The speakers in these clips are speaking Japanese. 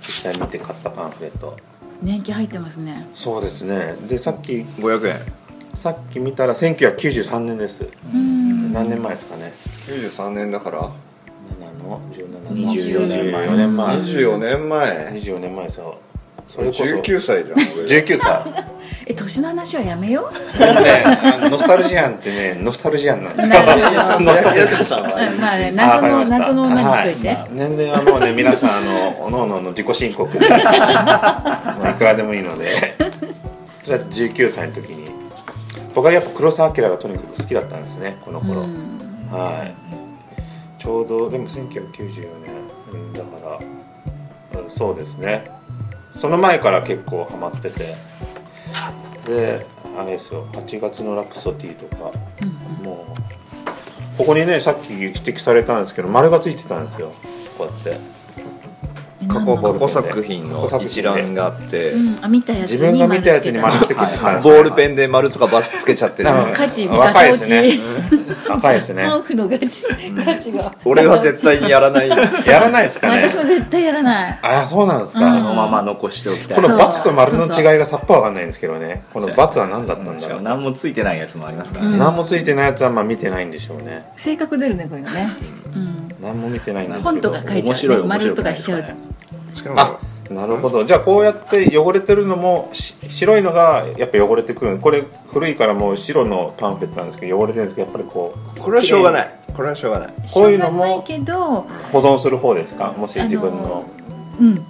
実際見て買ったパンフレット年季入ってますね。そうですねでさっき500円さっき見たら1993年です、うん。何年前ですかね93年だから7の17の24年前24年前24年前24年前ですよそれこそ19歳じゃん俺19歳 え、年の話はやめよう。ねあのノスタルジアンってねノスタルジアンなんですよなるほ どノスタルジアンさんうんまあね、あわ謎かりまのした謎の女にしといて。は年齢はもうね皆さんあのおのおのの自己申 告でまあいくらでもいいのでそれは19歳の時に僕はやっぱ黒澤明がとにかく好きだったんですねこの頃、うんはいちょうどでも1994年うんだからうんそうですねその前から結構ハマっててであれですよ「8月のラプソディ」とかもうここにねさっき指摘されたんですけど丸がついてたんですよこうやって過去過去作品過去の作品で一覧があってうん、あ見たやつ自分が見たやつに丸丸つつけてきてたんですボールペンで丸とかバスつけちゃ ってるうんガチ若いですね ガ赤いですねパンフのガチガチ が俺は絶対にやらないはやらないですかね私も絶対やらないああそうなんですか、そのまま残しておきたい。このバ×と丸の違いがさっぱわかんないんですけどねこの×は何だったんしだろかもう何もついてないやつもありますからうね。ん何もついてないやつはまあ見てないんでしょうね性格出るねこういうのね、うん、何も見てないんですけど本とか書いちゃうね面白い面白く丸とないかしちゃうですねしかもあなるほどじゃあこうやって汚れてるのもし白いのがやっぱ汚れてくるこれ古いからもう白のパンフレットなんですけど汚れてるんですけどやっぱりこうこれはしょうがないこれはしょうがないこういうのもしょうがないけど保存する方ですかもし自分のあのうん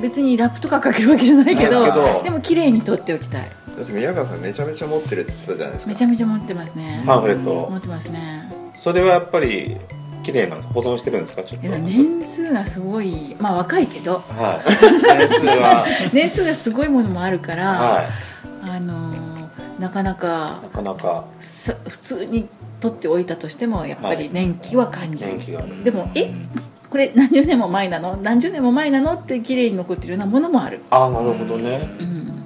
別にラップとかかけるわけじゃないけなんですけどどでも綺麗に取っておきたいだって宮川さんめちゃめちゃ持ってるって言ってたじゃないですめかちゃめちゃ持ってますねパンフレットを持ってますねそれはやっぱり綺麗なんです保存してるんですかちょっいとや年数がすごいまあ若いけどはい年数は年数がすごいもの もあるから、はあのーなかなかいなかなかさ普通に取っておいたとしてもやっぱはいり年季は感じる、年季があるでもえこれ何十年も前なの何十年も前なのって綺麗に残ってるようなものもある、ああなるほどねうん、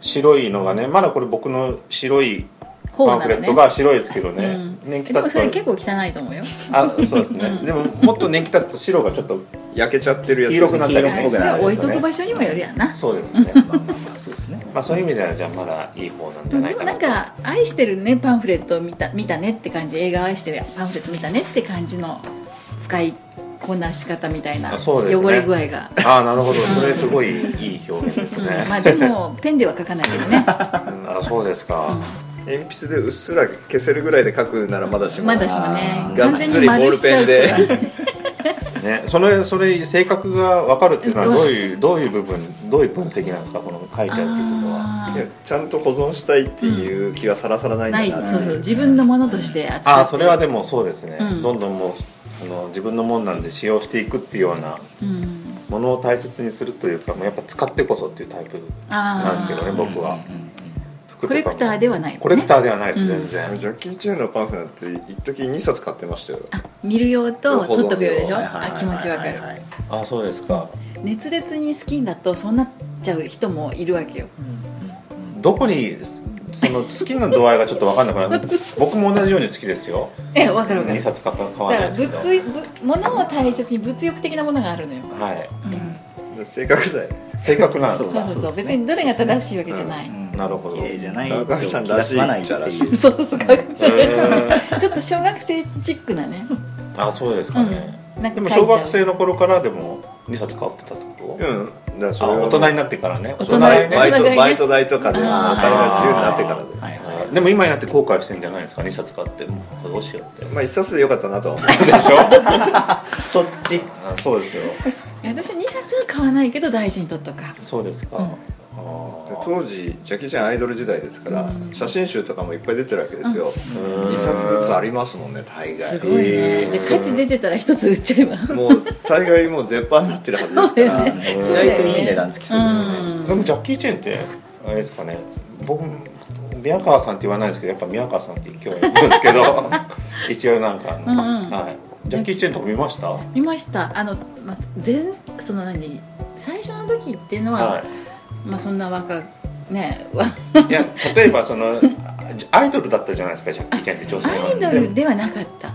白いのがねまだこれ僕の白いパ方ンなフレのッねトが白いですけどね、うん年季でも経つそれと結構汚いと思うよあそうですね、うんでももっと年季経つと白がちょっと焼けちゃってるやつ黄色くなっったり黄色っねぽくそれなはる置いとく場所にもよるやなそうです ねまあまあまあそうですねまあそういう意味ではじゃあまだいい方なんじでゃもないかななんか「愛してるねパンフレット見た見たね」って感じ映画「愛してるパンフレット見たね」って感じの使いこなし方みたいなあ汚そうですねれ具合が、ああなるほどそれすごいいい表現ですうんね、まあでもペンでは書かないけどね、あそうですか、鉛筆でうっすら消せるぐらいで描くならまだしうもん、まだしもねあーがっ完つ全りにボー丸ルしちペゃンうでからね、それそれ性格が分かるっていうのはどういうどういう部分どういう分析なんですかこの書いちゃうっていうところは。あいやーちゃんと保存したいっていう気はさらさらないんないだなってそうそう自分のものとして扱ってああそれはでもそうですね、うんどんどんもうあの自分のもんなんで使用していくっていうようなうんものを大切にするというかもうやっぱ使ってこそっていうタイプなあんですけどねー僕はうんうん服とかもコレクターではない、ね、コレクターではないです、うん全然ジャッキー・チェンのパンフなんて一時2冊買ってましたよあ見る用と取っとく用でしょはいはいはいあ気持ちわかるはいはいあそうですか熱烈に好きだとそうなっちゃう人もいるわけよどこにその好きな度合いがちょっと分かんなく なる僕も同じように好きですよえわかるわか2る冊買わ買わだないからですけど物いぶ物を大切に物欲的なものがあるのよ、はい正確だよ正確なんですそそかううそうそそううですね別にどれが正しいわけじゃない、うんなるほど綺麗じゃない高橋さんらしい出しまないっていうそうそうそう川上さんらしいへちょっと小学生チックなね、あそうですかね、うんなんでかも書いちゃ小う学生の頃からでも2冊買ってたってこうんだと、からそれあは大人になってからね大人大人にバイね大人がトねバイト代とかでお金あーが自由になってからではいはいでも今になって後悔してんじゃないですか2冊買ってもうどうしようってまあ一冊でよかったなとは思うでしょそっちあそうですよいや私2冊は買わないけど大事に取っとかそうですか、うんあでー当時ジャッキー・チェンアイドル時代ですからうん写真集とかもいっぱい出てるわけですようん2冊ずつありますもんね大す概ごいね、えーじゃあ価値出てたら1つ売っちゃえばもう大概もう絶版になってるはずですかそうだよらね意外といい値段つきそうですよねでもジャッキー・チェンってあれですかね僕宮川さんって言わないですけどやっぱ宮川さんって今日は言うんですけ ど一応なんかあの、うんうんはい、ジャッキー・チェンとか見ました、は見ましたあの、まあ、前その何最初の時っていうのは、まあそんな若ねわい、いや例えばそのアイドルだったじゃないですかジャッキー・チェンって女性アイドでルではなかった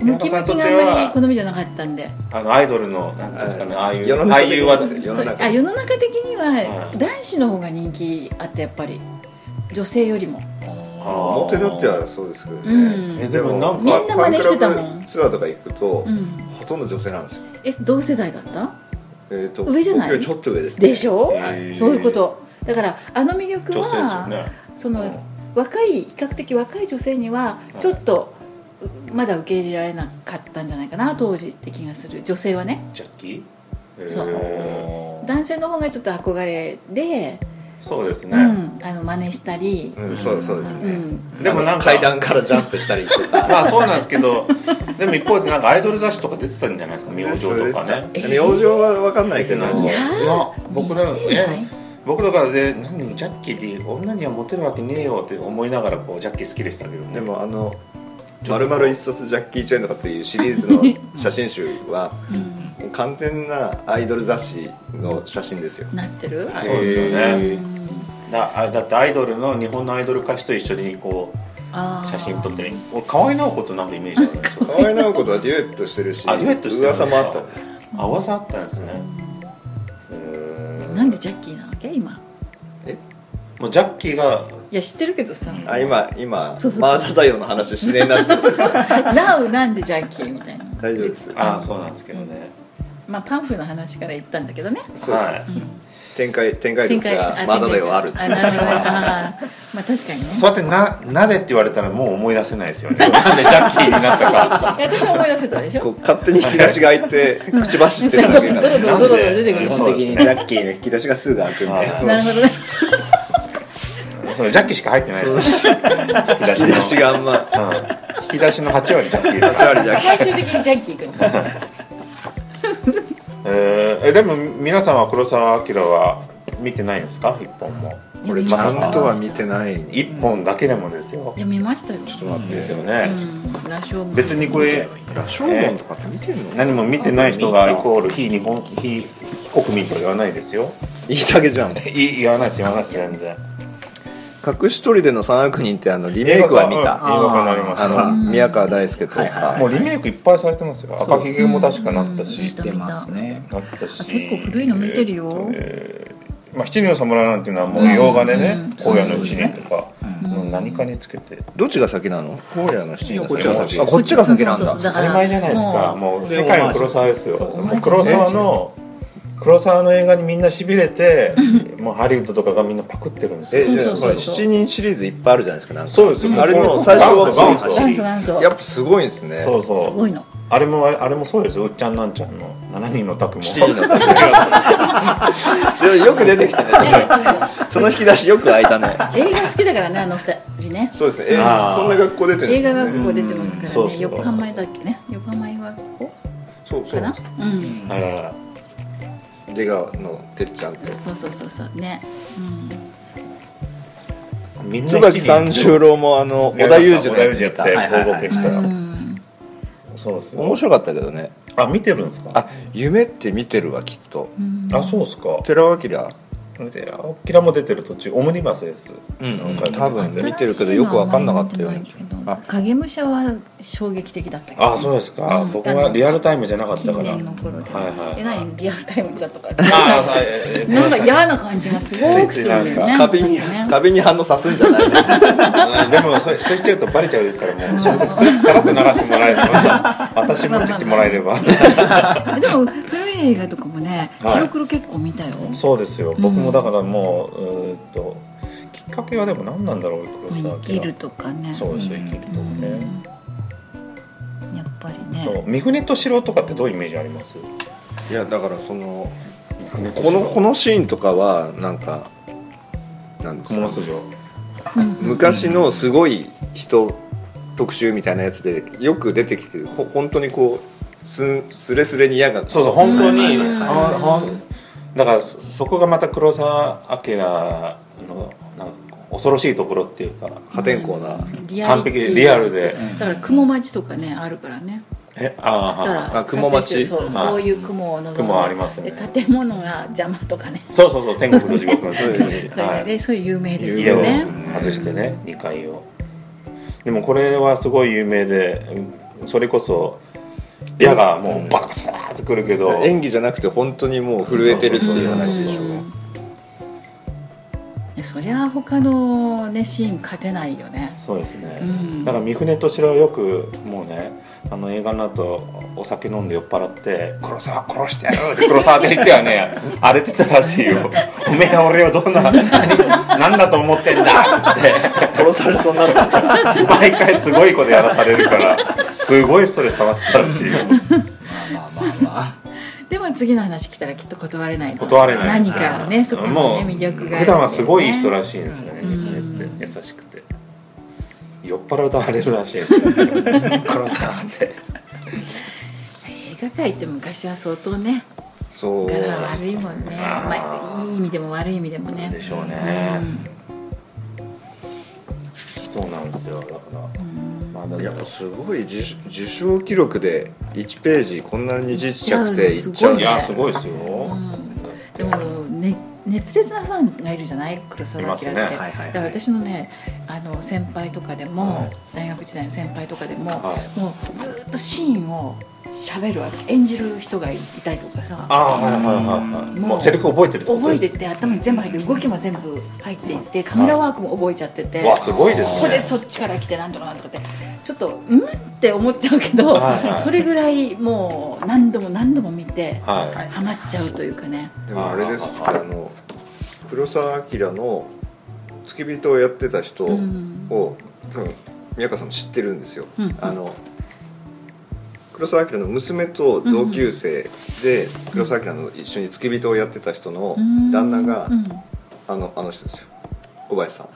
宮ム田キさんにとムっキてがはあまり好みじゃなかったんであのアイドルのなんていうんですかねああいう世の中ああいう技的に世そのう中あ世の中的にはうん男子の方が人気あってやっぱり女性よりもあ表立ってはそうですけどうんねえでもなんかファンみんな真似してたもんファンクラブツアーとか行くとうんほとんど女性なんですよえ同世代だったえーと上じゃない僕よりちょっと上ですねでしょ、へーそういうことだからあの魅女性で力すよは、ねそうんの若い比較的若い女性にははいちょっとうまだ受け入れられなかったんじゃないかな当時って気がする女性はねジャッキーそうえー男性の方がちょっと憧れで、そうですね、うん、あの真似したり、うんそうそうですうねん、でもなんか階段からジャンプしたりと かまあそうなんですけどでも一方でなんかアイドル雑誌とか出てたんじゃないですか明星とかねえ明星は分かんないけどいややいや僕らの見てないえ僕らからで何ジャッキーで女にはモテるわけねえよって思いながらこうジャッキー好きでしたけどねでもあのちょっと丸々一冊ジャッキー・チェンとかっていうシリーズの写真集はうん、もう完全なアイドル雑誌の写真ですよなってる、はいそうですようねんだあだってアイドルの日本のアイドル歌手と一緒にこあうー写真撮ってね俺河合直子となんかイメージあるんですよ河合直子とはデュエットしてるしあデュエットしてたんです噂かもあったあ噂あったんですねへーなんでジャッキーなわけ今もうジャッキーがいや知ってるけどさあ 今今そうそうマータ太陽の話しねえなって「なうなんでジャッキー」みたいな大丈夫ですああそうなんですけどねまあ、パンフの話から言ったんだけどね、そうですねはい展開展開力がまだではあるあなるほどねあーまあ確かにねそうやってななぜって言われたらもう思い出せないですよねなんでジャッキーになったかいや私も思い出せたでしこょう勝手に引き出しが開いて口走ってドるロドだけロが、ドロドロ出てく基るでしょ本的にジャッキーの引き出しがすぐ開くみたいなはなるほどねそれジャッキーしか入ってないですよ引引き出しがあんまの、うん、引き出しの8割ジャッキーです8割だけ最終的にジャッキー君えーえでも皆さんは黒澤明は見てないんですか一本もこれちゃんとは見てないち一本だけでもですよいや見ましたよ、ょっと待ってですようね、ん、羅生門別にこれ羅生門とかって見てんの、何も見てない人がイコール非日本非非国民とは言わないですよ言いだけじゃんい言わないです言わないです全然隠し砦の三悪人ってあのリメイクは見映画た、化になりましあたの宮川大輔とか、はいはいもうリメイクいっぱいされてますよ赤ひげも確かなったうんし知ってますねなったしあ結構古いの見てるよえーえーまあ、七人の侍なんていうのはもう洋画でねうん「荒野の七人」とかうんもう何かにつけてどっちが先なの荒野の七人がこっちが先先あこっちが先なんだそうそうそうだ当たり前じゃないですかももう世界の黒沢ですよそうもう黒沢の黒沢の映画にみんなしびれてもうハリウッドとかがみんなパクってるんですえよじゃあそうほそうそうら七人シリーズいっぱいあるじゃないですかなんかそうですよ、あれの最初は元祖う元元祖祖元祖やっぱすごいんですねそうそうすごいのあれもあれもそうですようっちゃんなんちゃんの7人の宅も七人の でもよく出てきたねそれその引き出しよく開いたね映画好きだからねあの二人ねそうですね、えあーそんな学校出てるんです映画もんね学校出てますからね、そうそう横浜だっけね横浜映画学校そうそかなううんはいはいはい出川のてっちゃんとそうそうそうそうね、うん、みんな椿三十郎もあの織田裕二のやつ見やったてはいはい大はいボケした、うんそうですよ面白かったけどねあ見てるんですかあ夢って見てるわきっとうんあそうですか寺尾明で青木らも出てる途中オムニバスです、うんなんか多分ね見てるけど新しいよのくは分かんなかったよあうんまなり見気てがないけど影武者は衝撃的だったけどあそうですか、うん僕はリアルタイムじゃなかった近から年の頃で、はいはいえらいリアルタイムだとかあはいえーなんか嫌な感じがすごくするよついねついなん壁にね壁に反応さすんじゃないのうんでもそれそれしちゃうとバレちゃうからもうその時ささらっと流してもらえれば私持ってきてもらえればでも古い映画とかもねはい白黒結構見たよ、そうですよ僕もだからもううーんときっかけはでも何なんだろう黒まあ沢明生きるとかねそうですようん生きるとうかんね、やっぱりそうね三船敏郎とかってどういうイメージあります いやだからそのこのこのシーンとかはなんかなんです雲のか巣城うん昔のすごい人特集みたいなやつでよく出てきてほ本当にこうすすれすれに矢がそうそう本当にうんあほんだからそそこがまた黒澤明のなんか恐ろしいところっていうか破天荒な、リアリ完ティ璧リアルでだから雲町とかねあるからねえあーだかはらあ雲町撮影してるそうはいこういう雲を望む雲ありますねで建物が邪魔とかねいそうそうそう天国と地獄の そういうそれで、はいそういう有名です家よをね外してね2階をでもこれはすごい有名でうんそれこそ矢がもうバサバサバサってくるけど演技じゃなくて本当にもう震えてるっていう話でしょ、うんでそりゃ他のねシーン勝てないよねそうですね、うんだから三船敏郎はよくもうねあの映画の後お酒飲んで酔っ払って「黒沢殺してやる!」って黒沢で言っては ね荒れてたらしいよ「おめえは俺をどんな何何だと思ってんだ!」って殺されそうになった毎回すごいことやらされるからすごいストレス溜まってたらしいよまあまあまあまあでも次の話来たらきっと断れないの断れない何かねそこにねもう魅力があ普る段はすごいいい人らしいんですよねう三ん船って優しくて酔っ払うと荒れるらしいんですよ 黒沢って映画界って昔は相当ねそう柄は悪いもんねあーまあ、いい意味でも悪い意味でもねでしょうね、そうなんですよだから、まあ、だやっぱすごい受受賞記録で1ページこんなにちっちゃくていやいっちゃうごいいやねすごいですよ、んでも、ね、熱烈なファンがいるじゃない黒沢明って、いますねはいはいはいだから私のねあの先輩とかでも、はい大学時代の先輩とかでも、はもうずーっとシーンを喋るわけ演じる人がいたりとかさああはいはいはいはいもうもうセリフ覚えてるってこと覚えですてって頭に全部入ってる動きも全部入っていってカメラワークも覚えちゃってて、わすごいですここでねそっちから来てなんとかなんとかってちちょっとうんって思っちゃうけど、はいはいそれぐらいもう何度も何度も見てはいはいハマっちゃうというかねでもあれですってあの黒澤明の付き人をやってた人を、うん多分宮川さんも知ってるんですよ。うんあの黒澤明の娘と同級生で、黒澤明の一緒に付き人をやってた人のうん旦那が、うんあのあの人ですよ小林さん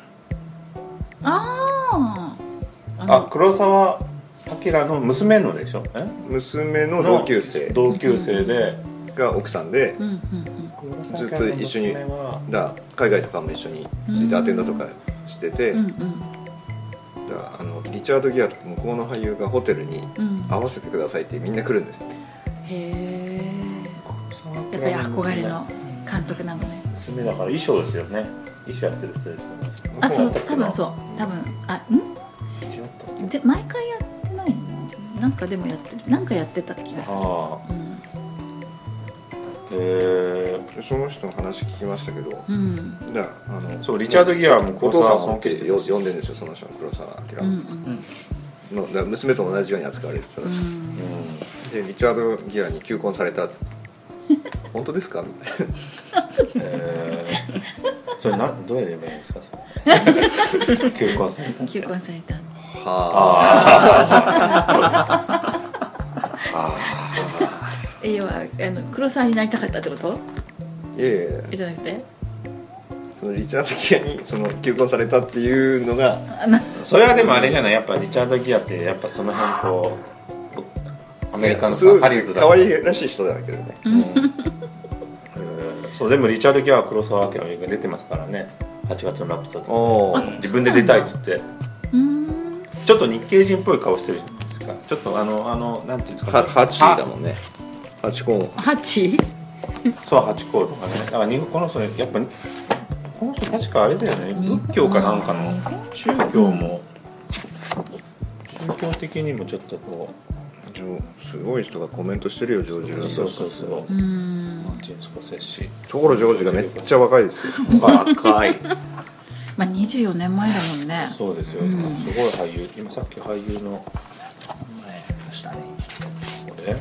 あーああの黒澤明の娘のでしょえ娘の同級生同級生でが奥さんでうんうんうんずっと一緒に黒澤明の娘はだ海外とかも一緒についてアテンドとかしてて、うんだあのリチャード・ギアとか向こうの俳優がホテルにうんうん会わせてくださいってみんな来るんですってへえ黒澤明やっぱり憧れの監督なのね娘だから衣装ですよね衣装やってる人ですよねあそうだったっ多けな分そう多分あん違ったっけぜ毎回やってないんじゃないなんかでもやってるなんかやってた気がするああうんへえその人の話聞きましたけどうんだあのそうリチャードギアもお父さんを尊敬黒し澤てよ明呼んでるんですよその人の黒澤明うんうんのだ娘と同じように扱われてたらしい、でリチャード・ギアに求婚され たっつって本当ですかみたいなえー、 それなどうやればいいん ですかそれ休校されたうん求婚されたはああえ要はあの黒沢になりたかったってこといやいやいやえじゃなくてそのリチャード・ギアにその求婚されたっていうのがあなーそれはでもあれじゃないやっぱリチャード・ギアってやっぱその辺こうアメリカのすごさいハリウッドだ可愛いらしい人だけどねうんえーそうでもリチャード・ギアは黒澤明の映画出てますからね8月のラプソディお自分で出たいっつってうーんちょっと日系人っぽい顔してるじゃないですかちょっとあのあのなんていうんですかは8だもんね8コーンハチそう八甲とかねだから日本この人やっぱこの人確かあれだよね日本仏教かなんかの宗教も宗教的にもちょっとこジョすごい人がコメントしてるよジョージ・うルーそソうーそうそううーんマーチンスコセッシところジョージがめっちゃ若い ですよ若いまあ24年前だもんねそうですよ、うんすごい俳優今さっき俳優の前ましたねこれ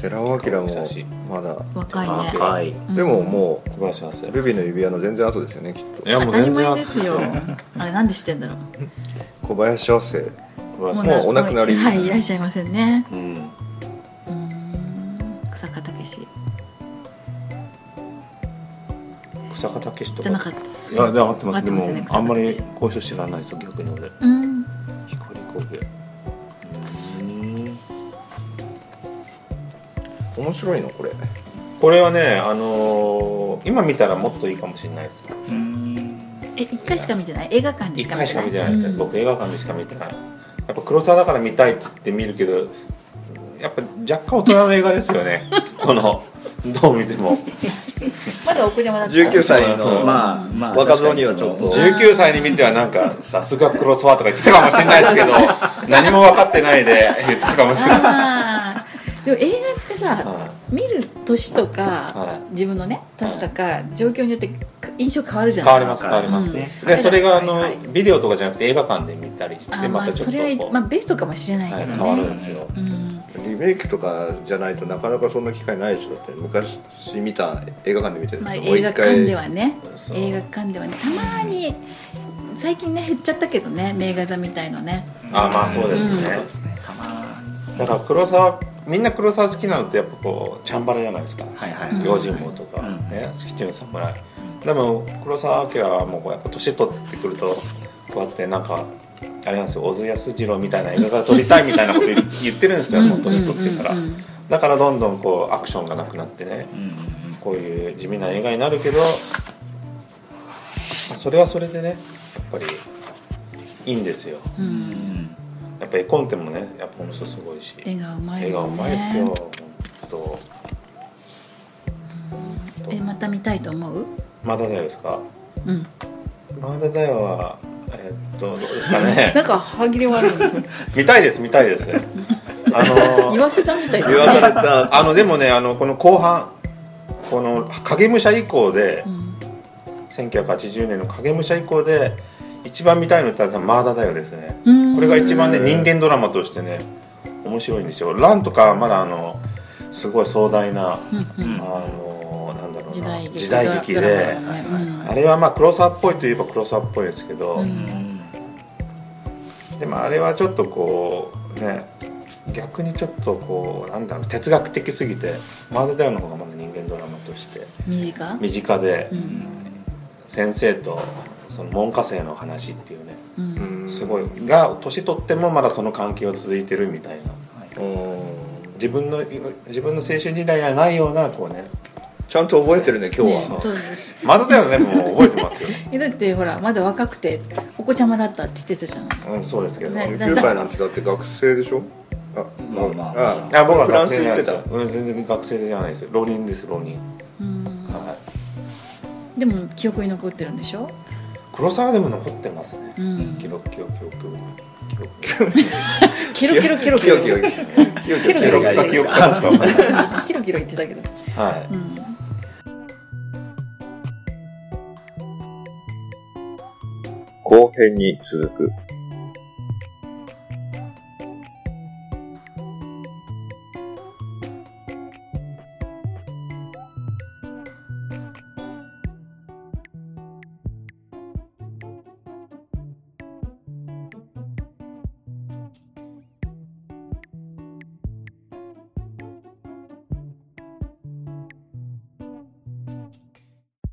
寺尾明もまだ若いね若いでもも小林亜生うルビーの指輪の全然後ですよねきっいとやもう当たり全然前ですよあれなんでしてんだろう小林亜生小林亜もうお亡くなりはいいらっしゃいませんね生うんうーん草加武史草加武史とじかゃなかったいやで合ってま合すっでてますもよねあんまり草加武こういう人知らないですよ逆に俺うん光工芸うん面白いのこれこれはね、あのー今見たらもっといいかもしれないですえ一回しか見てない映画館で一しか回しか見てないですね、うん僕映画館でしか見てないやっぱ黒沢だから見たいって言って見るけどやっぱ若干大人の映画ですよねこのどう見てもまだ奥邪魔だった19歳うんのまあまあ若造にはちょっと19歳に見てはなんかさすが黒沢とか言ってたかもしれないですけど何も分かってないで言ってたかもしれないあーでも映画ってさは見る年とか、は自分のね年とか、状況によって印象変わるじい ゃ変わないりでますすか変わります、ねでそれがあの、はいはいビデオとかじゃなくて映画館で見たりしあてーままあたちょそっとれこは、う、まあ、ベストかもしれないはけい、ど変ね、わるんですよ、うん、リメイクとかじゃないとなかなかそんな機会ないでしょだって昔見た映画館で見てるまあ、と映画館ではねそう映画館ではねたまーに最近ね減っちゃったけどね名画座みたいのねあまあそうですねんそうですねたまだから黒沢みんな黒沢好きなのってやっぱこうチャンバラじゃないですか、はいはい用心棒とか、うんね七人の侍、でも黒沢明はもうこうやっぱ年取ってくるとこうやってなんかあれなんですよ小津安二郎みたいな映画が撮りたいみたいなこと言言ってるんですよもう年取ってから、うんうんうんうんだからどんどんこうアクションがなくなってねうんうんこういう地味な映画になるけどそれはそれでねやっぱりいいんですよううんんやっぱ絵コンテもねやっぱこの人すごいし絵がうまいよね映画うまいですよ。本当。えまた見たいと思うマダダヨですか。うんマダダヨはえーっとどうですか ね。なんか歯切れ悪いね見たいです見たいです。あ 言のわせたみたいだね言わされたあのでもねあのこの後半この影武者以降でうん1980年の影武者以降で一番見たいのって多分マーダだよですねうんこれが一番ね人間ドラマとしてね面白いんですよランとかまだあのすごい壮大な、うんうんあのなんだろうな時代劇時代劇ドラでマだねうんあれはまあ黒沢っぽいといえば黒沢っぽいですけど、うんでもあれはちょっとこうね逆にちょっとこうなんだろう哲学的すぎてマーダダウンの方がまだ人間ドラマとして身近身近でうん先生とその門下生の話っていうねううんんすごいが年取ってもまだその関係は続いてるみたいなうん自分の自分の青春時代にはないようなこうねちゃんと覚えてるね今日は、ねそうですマーダダウンねもう覚えてますよ、 えだってほらまだ若くてお子ちゃまだったって言ってたじゃんうん、そうですけど、ね19歳なんてだって学生でしょあまあまああ僕はフラン学ス生じ行っゃなてたいですようん全然学生じゃないですよ浪人です浪人、うんはい、でも記憶に残ってるんでしょ黒沢でも残ってますね、うん記録記録記録記録キロキロキロキロキロキロキロキキ 記ロロ録キかロ記憶かどっちか分かんないキロキロ言ってたけど はうん後編に続く